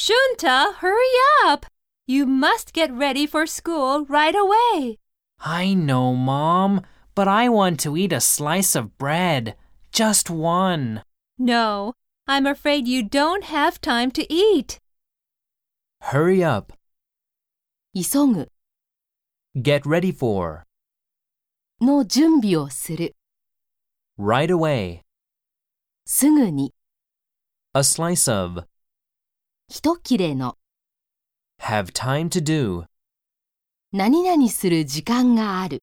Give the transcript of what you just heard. Shunta, hurry up! You must get ready for school right away. I know, Mom, but I want to eat a slice of bread. Just one. No, I'm afraid you don't have time to eat. Hurry up. 急ぐ Get ready for. の準備をする。 Right away. すぐに A slice of. 一切れの Have time to do. 何々する時間がある。